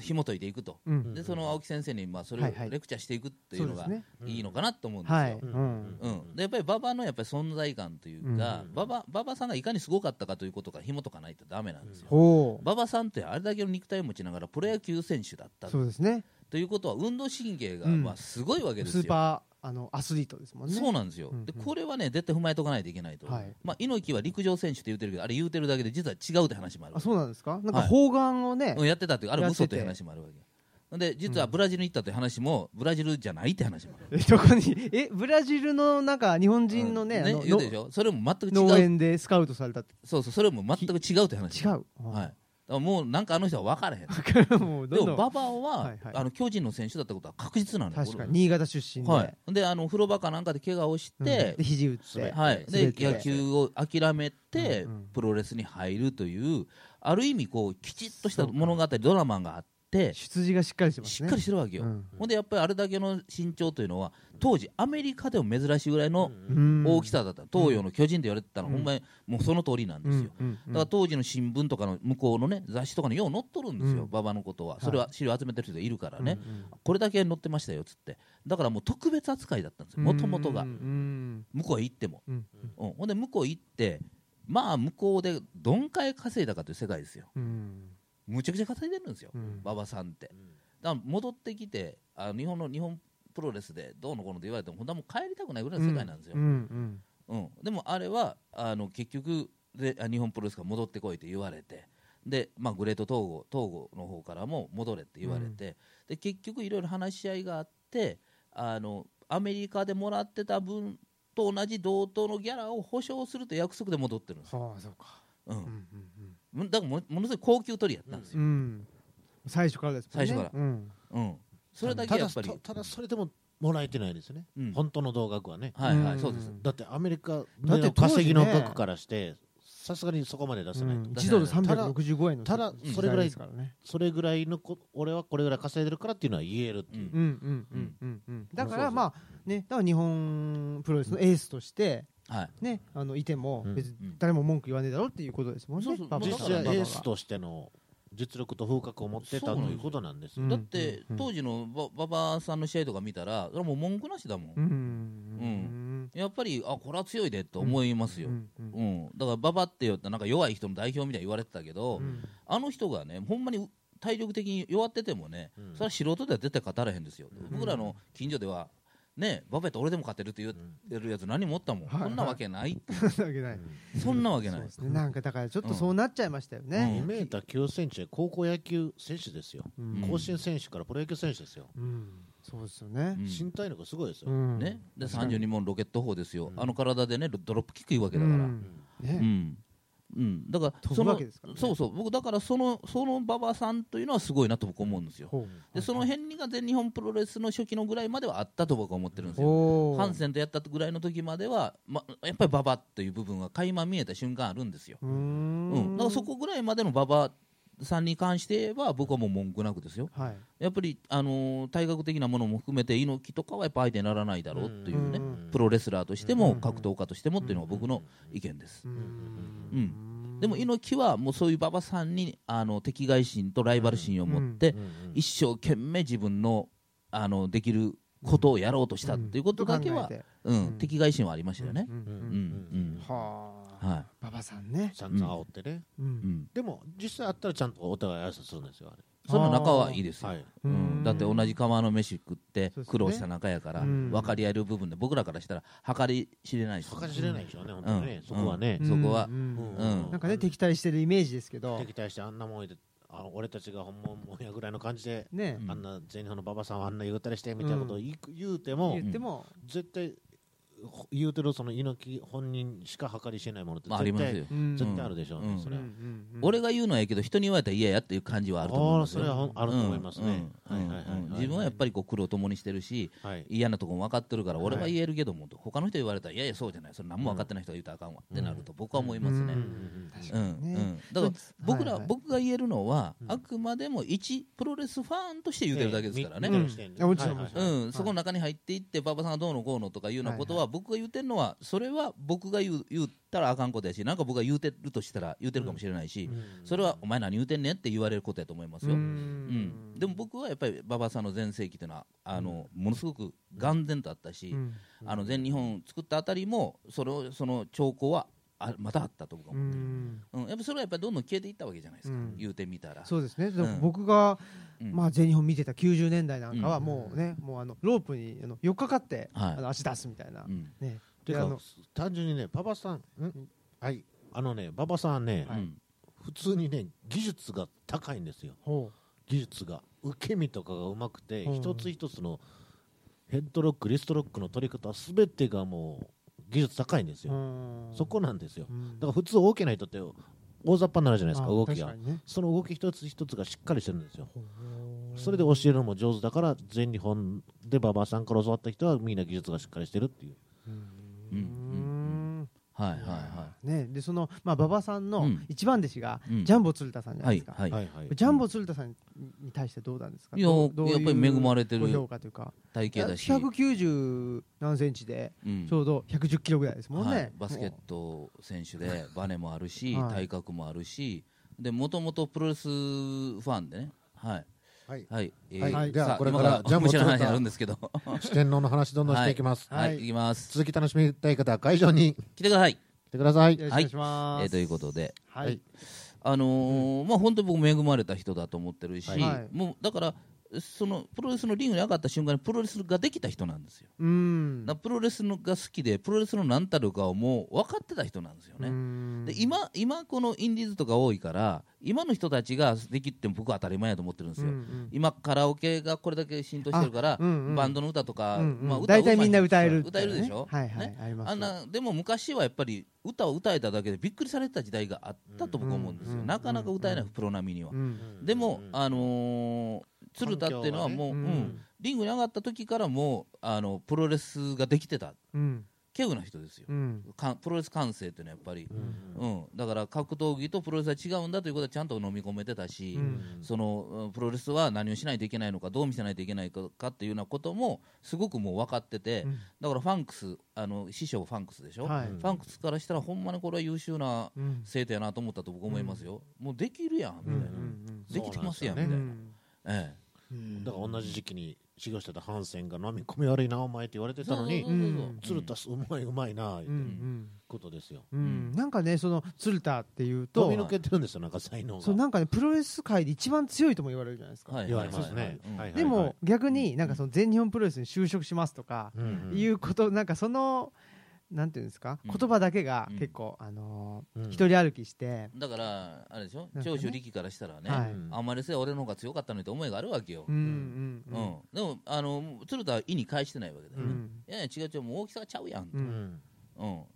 A: 紐解いていくと、
B: うん
C: うん
A: でその青木先生にまあそれを
B: はいはい
A: レクチャーしていくってい
B: そうう
A: の
B: で
A: が
B: すね
C: うん
A: いいのかなと思うんですよ。
B: はいうん
A: うん、でやっぱり馬場のやっぱり存在感というか
C: うん
A: 馬場、馬場さんがいかにすごかったかということから紐解かないとダメなんですよ。
B: ほ
A: 馬場さんってあれだけの肉体を持ちながらプロ野球選手だった
B: うそうですね
A: ということは運動神経が
B: うん
A: まあすごいわけですよ。
B: スーパーあのアスリートですもんね
A: そうなんですよ、
B: うんうん
A: でこれはね絶対踏まえとかないといけないと、
B: はい
A: まあ、猪木は陸上選手って言ってるけどあれ言うてるだけで実は違うって話もある
B: あそうなんですかなんか
A: はい
B: 砲丸をね、
A: うんやってたっていうあれ
B: やってて
A: 嘘という話もあるわけよで実はブラジルに行ったという話もブラジルじゃないって話もある
B: えどこに えブラジルのなんか日本人のね,、あの
A: 言うでしょそれも全く
B: 農
A: 違う
B: 園でスカウトされたって
A: そうそうそれも全く違うって話
B: 違う、
A: はいだからもうなんかあの人は分からへん
B: い、 もう
A: で
B: どん
A: も
B: ど
A: バ
B: ん
A: バオは、
B: はいはい
A: あの巨人の選手だったことは確実なのよ
B: 確かに新潟出身で,、
A: はいであの風呂場かなんかで怪我をし
B: うん
A: て、
B: で肘打って
C: 滑
A: はい、で
B: 全て
A: 野球を諦めて、
B: うんうん
A: プロレスに入るというある意味こうきちっとした
B: そうか
A: 物語ドラマがあって
B: 出自がしっかりしてます
A: し
B: ね
A: っかりしてるわけよ、
B: うん
A: ほんでやっぱりあれだけの身長というのは当時アメリカでも珍しいぐらいの
B: うん
A: 大きさだった、東洋の巨人と言われてたの、
B: うん
A: ほんまにもうその通りなんですよ、
B: うんうん
A: だから当時の新聞とかの向こうのね雑誌とかによう載っとるんですよ、
B: うん
A: 馬場のことは
B: はい
A: それは資料集めてる人がいるからね、
B: うんうん
A: これだけ載ってましたよっつってだからもう特別扱いだったんですよもともとが
B: うんうん
A: 向こうへ行っても、
B: うん
A: うん、ほんで向こう行ってまあ向こうでどんかい稼いだかという世界ですよ
B: うん
A: むちゃくちゃ稼いでるんですよ、
B: うん
A: 馬場さんってだから戻ってきてあ日本の日本プロレスでどうのこうのって言われても本当はもう帰りたくないぐらいの世界なんですよ、
B: う
A: うんん
B: うん
A: でもあれはあの結局であ日本プロレスが戻ってこいと言われてで、まあ、グレート東郷東郷の方からも戻れって言われて、で結局いろいろ話し合いがあってあのアメリカでもらってた分と同じ同等のギャラを保証すると約束で戻ってるんですよ、
B: はあそうか
A: う
B: うん
A: ん
B: うんうん
A: むだからもものすごい高級取りやったんです
B: う
A: よ、
B: ん最初からですもんね
A: 最初から
B: うん
A: うんそれだけやっぱり
C: ただただそれでももらえてないですね、
A: うん
C: 本当の同額はね
A: はいは
B: う
A: い
B: ん
A: そうです
C: だってアメリカ
B: だって
C: の
B: 当時ね
C: 稼ぎの額からしてさすがにそこまで出せないと、
B: うん1ドル
A: た
C: だ
B: 365円の
C: ただ
B: 時代
C: それぐらい
B: ですからね
C: それぐらいのこ俺はこれぐらい稼いでるからっていうのは言えるってい
A: う
C: う、
B: うんうんうんうんうんだか
C: そうそ
B: ら
C: う
B: まあねだから日本プロレスのエースとして
A: はい
B: ねあのいても
C: うん
B: 別に誰も文句言わねえだろうっていうことですもんね
A: そうそう
B: 馬場
A: ん
B: が
C: 実
A: だか
C: 際
A: ら
C: エ
A: まあ
C: ースとしての実力と風格を持ってた
A: そう
C: と
A: なんですよ
C: いうことなんですよ、
B: うん
A: だって
B: うん
A: 当時のば馬場さんの試合とか見たらそれはもう文句なしだもん、
B: うん
A: やっぱりあこれは強いでと思いますよ、
B: う
A: うん
B: んうん
A: だから馬場って言ったらなんか弱い人の代表みたいに言われてたけど、
B: うん
A: あの人がねほんまに体力的に弱っててもね、
C: うん
A: それは素人では絶対勝たれへんですよ、僕らの近所ではね馬場やったら俺でも勝てるって言ってるやつ何もおったもん、
B: はい
A: そんなわけないって
B: そんなわけない
A: そんなわけ
B: そ
A: な
B: う
A: い
B: ですねなんかだからちょっとそうなっちゃいましたよ
A: う
B: ね
C: 2メーター9センチで高校野球選手ですよ、
B: うん
A: ん
C: 甲子園選手からプロ野球選手ですよ、
B: うんそうですよね
A: う。ん
C: 身体能力すごいですよ、
B: うん
A: ね、で
B: 確かに
A: 32門ロケット砲ですよ、
C: うん
A: あの体でねドロップキックいうわけ
B: う
A: だから、
B: ん
A: う
B: ね
A: んうん、だから
B: 飛ぶ
A: その
B: わけですからね
A: そうそう僕だからそのその馬場さんというのはすごいなと僕思うんですよ
B: ほう
A: でその辺が全日本プロレスの初期のぐらいまではあったと僕は思ってるんですよ
B: おー
A: ハンセンとやったぐらいの時までは、ま、やっぱり馬場っていう部分が垣間見えた瞬間あるんですよ、
B: うー
A: うん
B: ん
A: だからそこぐらいまでの馬場さんに関して言えば僕はもう文句なくですよ
B: はい
A: やっぱり、あのー体格的なものも含めて猪木とかはやっぱ相手にならないだろうっていうね、
B: うん
A: プロレスラーとして
B: うんう
A: も
B: ん
A: 格闘家としてもっていうのが僕の意見です、
B: うーん
A: うでも猪木はもうそういう馬場さんにあの敵外心とライバル心を持って、
C: うんうん
A: 一生懸命自分のあのできることをやろうとしたっていうことだけは
B: 考、えて
A: うん
B: うん
A: 敵外心はありましたよね
B: う。んうん
A: う
B: うんん
A: うん
B: はあ
A: は
B: 馬場さんね
C: ちゃんと煽ってね、
B: う
A: い、
B: ん
A: うん、
C: でも実際あったらちゃんとお互い挨拶するんですよあれ
A: その仲はいいですよ、
C: はい、
A: う、
B: うんん
A: だって同じ釜の飯食って
B: そうですね
A: 苦労した仲やから
B: うん
A: 分かり合える部分で僕らからしたら計り知れないし、
C: そこは知れないでしょうね、本当にね、
A: うん
C: そこはね、
A: そこは
B: う
C: うん
A: うん
B: なんかね敵対してるイメージですけど
C: 敵対してあんなもんいてあの俺たちが本物もんやぐらいの感じで、
B: ね
A: うん
C: あんな全日本の馬場さんはあんな言うたりしてみたいなことを言,、う言うても、
B: 言っても
C: 絶対ほ言うてるその猪木本人しか計り知れないものって
A: まあ、あり
C: 絶
A: ます
C: 対,、
A: よ、
B: うん
C: 絶対あるでしょうね、
A: うん
C: それは、
B: うんうんうん
A: 俺が言うのはいいけど人に言われたら嫌やっていう感じはあると思うん
C: ああ
A: です
C: そ
A: よ
C: れはほんあると思いますね、
A: うんうん
C: はいはいはい
A: うん自分はやっぱりこう苦労共にしてるし
C: はい
A: 嫌なとこも分かってるから
C: はい
A: 俺は言えるけども、他の人言われたらいやいやそうじゃないそれ何も分かってない人が言うたらあかんわ、ってなると僕は思いますね、
B: う
A: うんん
B: 確
A: う
B: か
A: ん
B: にね
A: だから僕ら、
B: はいはい
A: 僕が言えるのは、
C: うん
A: あくまでも一プロレスファンとして言うてるだけですからね、
C: う
A: うんん
C: 見てる視点で
B: うんもちろん
C: はいはい
B: もちろ
A: そこの中に入っていって馬場さんがどうのこうのとかいうようなことは、僕が言うてるのはそれは僕が言う言ったらあかんことやしなんか僕が言うてるとしたら言うてるかもしれないし、
C: うん
A: それはお前何言うてんねんって言われることやと思いますよ、
B: う
A: うんんでも僕はやっぱり馬場さんの全盛期というのはあの、ものすごく眼前とあったし、
B: うん
A: あの全日本作ったあたりもそのその兆候はあまたあったと僕は
B: う
A: 思う、
B: ん
A: うんやっぱそれはやっぱりどんどん消えていったわけじゃないですか、
B: うん
A: 言うてみたら。
B: そうですねでも
A: うん
B: 僕が
A: うん
B: まあ全日本見てた90年代なんかは
A: うん
B: もうねもうあのロープにあの4日かかって
A: はい
B: あの足出すみたいな
A: うん
B: ね
C: て
B: で
C: か
B: あの
C: 単純にね馬場さんんはいあのね馬場さんはね、
A: うん
C: 普通にね技術が高いんですよ
B: ほ
C: 技術が受け身とかがうまくて、
B: うん
C: 一つ一つのヘッドロックリストロックの取り方すべてがもう技術高いんです
B: う
C: よ、
B: うん
C: そこなんですよ、
B: うん
C: だから普通大きな人って大雑把になるじゃないですか
B: あ
C: 動きが
B: 確かにね
C: その動き一つ一つがしっかりしてるんですよ
B: ほう
C: それで教えるのも上手だから全日本で馬場さんから教わった人はみんな技術がしっかりしてるっていう
B: うん
A: うんうんはいはいは
B: ね、でその、まあ、馬場さん
A: う
B: の
A: ん
B: 一番弟子が
A: うん
B: ジャンボ鶴田さんじゃないいですか、
A: はいはい
C: いはい
B: ジャンボ鶴田さんに対してどうなんですか
A: いや
B: どうどう
A: やっぱり恵まれてる
B: ご評価というか
A: 体型だし、
B: 190何センチで
A: うん
B: ちょうど110キロぐらいですもんね、
A: はい、バスケット選手でバネもあるし、
B: はい
A: 体格もあるしでもともとプロレスファンでねはい
C: はい
A: はい、え
C: はい
A: さあ
C: じゃあこれ
A: 今
C: からジャンボ
A: 面白い
C: 鶴
A: 話
C: 田
A: あるんですけど
C: 四天王の話どんどんしていきます、
A: はい、
B: はい
A: い、きます
C: 続き楽しみたい方は会場に
A: 来てください、
C: 来てください
B: よろしくお願いします、
A: えーということで
B: はい、
C: はい
A: あのーまあ本当に僕恵まれた人だと思ってるし、
B: はい
A: もうだからそのプロレスのリングに上がった瞬間にプロレスができた人なんですよ、
B: うん
A: だからプロレスのが好きでプロレスの何たるかをもう分かってた人なんですよね、
B: うん
A: で今今このインディーズとか多いから今の人たちができっても僕は当たり前やと思ってるんですよ、
B: うんうん
A: 今カラオケがこれだけ浸透してるから、
B: あうんうん
A: バンドの歌とか、
B: うんうん
A: まあ、歌
B: 大体みんな歌える
A: 歌えるでしょ、
B: ねはいはい
A: ね
B: あります
A: あんなでも昔はやっぱり歌を歌えただけでびっくりされてた時代があったと僕は思うんですよ、
B: うんうん
A: なかなか歌えない、プロ並みには、
B: うん
A: でも、
C: うん
A: あのー鶴田っていうのはもう、
B: 環
A: う
B: 境はね
A: んリングに上がった時からもうあのプロレスができてた
B: うん
A: 稀有な人ですよ、
B: うん
A: かんプロレス感性っていうのはやっぱり、
C: うん
A: うん、だから格闘技とプロレスは違うんだということはちゃんと飲み込めてたし、
B: うん
A: そのうんプロレスは何をしないといけないのかどう見せないといけないかかっていうようなこともすごくもう分かってて、
B: うん
A: だからファンクスあの師匠ファンクスでしょ、
B: はい
A: ファンクスからしたらほんまにこれは優秀な
B: うん
A: 生徒やなと思ったと僕思いますよ、もうできるやんみ
B: うんう
A: たいな、
B: ん
A: できてますやん
C: そ
A: み
C: う
A: たい
B: うん
A: な、
B: うん
A: え
B: うん
C: だから同じ時期に修行してたハンセンが飲み込み悪いなお前って言われてたのに
A: そうそうそうそう
B: うん
C: 鶴田すうまいうまいなって
B: うんうん
C: ことですよ
B: うん、なんかねその鶴田っていう
C: 飛
B: と
C: び抜けてるんですよなんか才能
B: そう
C: が
B: なんかねプロレス界で一番強いとも言われるじゃないですか、
A: はい
C: 言われますね
A: うん
C: はいはい
B: でも、逆
A: う
B: に
A: ん
B: なんかその全日本プロレスに就職しますとか
C: うんうん
B: いうこと、なんかそのなんていうんですか、
A: うん
B: 言葉だけが結構、あのー
C: うん
B: 一人歩きして、
A: だから、あれでしょ、
B: なんかね
A: 長州力からしたらね、
B: はい
C: うん
A: あんまりせ俺の方が強かったのにって思いがあるわけよ
B: う。ん
A: う
B: うん
A: ん
B: うん
A: でも、あの鶴田は意に返してないわけだよ
B: う
A: ね。
B: ん
A: いやいや、違う違う、もう大きさがちゃうやん。
B: う
A: うん
C: うん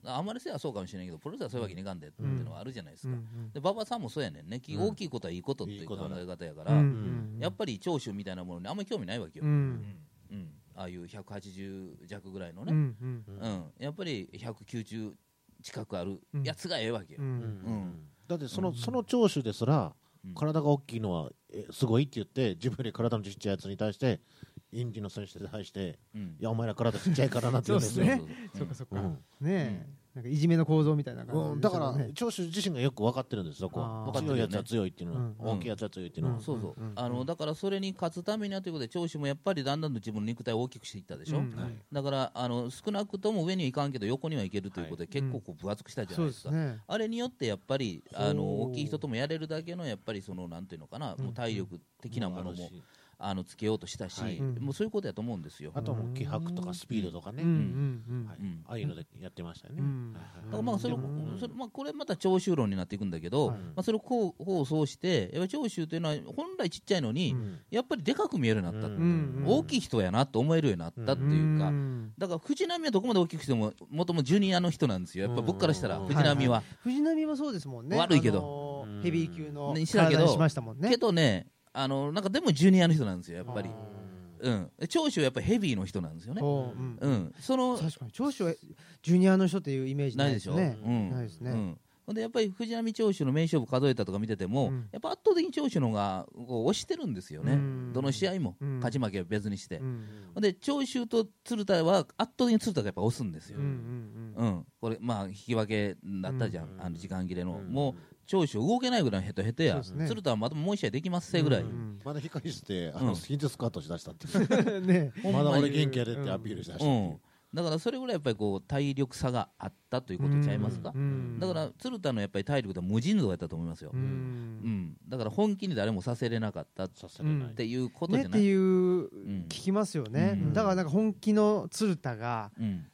A: あんまりせはそうかもしれないけど、プロレスはそういうわけにいかんでっていうのはあるじゃないです
B: う
A: か。
B: ん
A: で、馬場さんもそうやねんね、き
C: うん
A: 大きいことはいいことっていう考え方やから、
B: うん
C: ん
A: やっぱり長州みたいなものにあんまり興味ないわけよ。
B: う
C: うんん
A: うんああいう180弱ぐらいの
B: うんう
A: ね、
B: んうん
C: う
A: うんんやっぱり190近くあるやつがええわけよ
B: う。ん
A: ん
C: だってその,、
B: うん
C: その長州ですら
A: うん
C: 体が大きいのはえすごいって言って自分より体のちっちゃいやつに対してインディの選手に対して
A: うん
C: いやお前ら体ちっちゃいからなって言うんです
B: そう
C: よ
B: で。すね
A: そ
B: そうっ
A: そうそ
B: かそっか、
C: うん
B: ねえなんかいじめの構造みたいな感じ
C: うん、だか
B: ですよ
C: ら
B: ね
C: 長州自身がよく分かってるんですそこ
B: あー
C: は
B: 分かって
C: 強
A: るよ
C: いや
A: ね
C: つは強いっていうのは、
A: うん
C: 大きいやつは強いっていうのは、
B: うん
A: うそうそう
B: うんうん
A: あのだからそれに勝つためにはということで長州もやっぱりだんだんと自分の肉体を大きくしていったでしょ、
B: うん
C: はい
A: だからあの少なくとも上にはいかんけど横にはいけるということで、
B: い
A: 結構こう分厚くしたじゃな
B: そ
A: いうで
B: ですす
A: か。
B: ね
A: あれによってやっぱりあの
B: ほう
A: 大きい人ともやれるだけのやっぱりそのなんていうのかな、
B: うん
A: もう体力的なもの
C: あ
A: も
C: るし
A: あのつけようとしたし、
C: はい
B: うん
A: もうそういうことやと思うんですよ。
C: あとはもう気迫とかスピードとかね、
B: うんうんうん、
C: はい
A: うん
C: ああいうのでやってましたよね、
B: うん
C: はい
A: だからまあそれ
B: うん
A: もそれまあこれまた長州論になっていくんだけど、
B: はい
A: まあ、それをこうこうそうしてやっぱり長州というのは本来ちっちゃいのに、やっぱりでかく見えるようになった、
B: んうん
A: 大きい人やなと思えるようになったっていうか、
B: ん
A: だから藤波はどこまで大きくしてももともジュニアの人なんですよやっぱ僕からしたら
C: うん
A: 藤波は、
B: 藤波もそうですもんね
A: 悪いけど
B: ど
C: うん
B: ヘビー級の
A: ねしてたけど
B: 体にしましたもんね
A: けどねあのなんかでもジュニアの人なんですよやっぱり
B: あ
A: うん長州はやっぱりヘビーの人なんですよね
B: そううん
A: うんその
B: 確かに長州はジュニアの人っていうイメージ
A: な
B: ないい
A: で
B: で
A: し
B: す
A: ょ
B: ね
A: うん
B: ないです
A: う
B: ね
A: んほんでやっぱり藤波長州の名勝負数えたとか見てても、
B: うん
A: やっぱ圧倒的に長州の方がこう押してるんですよね、
B: うん
A: どの試合も、
B: うん
A: 勝ち負けは別にして、
B: うん
A: ほんで長州と鶴田は圧倒的に鶴田がやっぱ押すんですよ、
B: うんうんうん
A: うん、これ、まあ、引き分けだったじゃん、
C: うん
A: あの時間切れの、
C: うん
A: もう長州動けないぐらいのヘトヘトや、
B: そうですね
A: 鶴田はまたもう一試合できますせぐらい、
B: う
A: うん
B: ん
C: まだ光してあ
A: うん
C: のスキンズスクワットしだしたって、
B: うん ね
A: ほんま
C: ま
A: に
C: だ俺元気やでってアピールしだしたっていう、
A: だからそれぐらいやっぱりこう体力差があったということちゃいますか、
B: うん
A: だから鶴田のやっぱり体力とは無尽蔵やったと思いますよ、
B: う
A: うん
B: ん
A: だから本気に誰もさせれなかったっ
C: させれない、
A: ていうこと
B: ね
A: じ
B: っ
A: ゃな
B: て
A: い。
B: いうん聞きますよね
A: うん
B: だからなんか本気の鶴田が
A: うん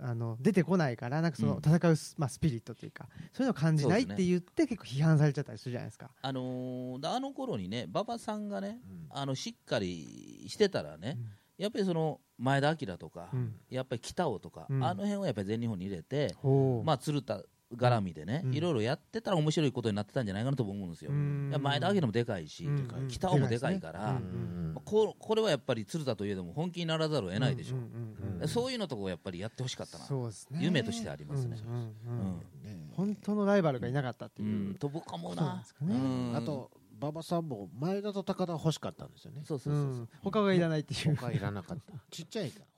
B: あの出てこないからなんかそ
A: うん
B: の戦うスまあスピリットというかそういうのを感じないっ
A: そうですね
B: て言って結構批判されちゃったりするじゃないですか
A: あのーだあの頃にね馬場さんがね
C: うん
A: あのしっかりしてたらね、やっぱりその前田明とか、
B: うん
A: やっぱり北尾とか、
B: うん
A: あの辺をやっぱり全日本に入れて、
B: ほ
A: まあ、鶴田絡みでね、
B: うん
A: いろいろやってたら面白いことになってたんじゃないかなと僕思うんですよ。いや前田明もでかいし、
B: うん
C: でかい
A: 北尾もでかいから、
B: うん
A: まあこうこれはやっぱり鶴田といえども本気にならざるを得ないでしょ、
B: うんうんうんうん
C: うん
A: そういうのとこをやっぱりやってほしかったな、
B: そうですね
A: 夢としてありますね。
B: うんう
A: うん
B: うん
A: ん
C: ね
B: 本当のライバルがいなかったって
A: う
B: い
A: ん
B: う、
A: と僕は思う
B: そうなん
A: な
B: ですかね
A: うん
C: あと馬場さんも前田と高田は欲しかったんですよね
A: そうそううそうそう、
B: ん、他がいらないっていう
C: 他いらなかったちっちゃいから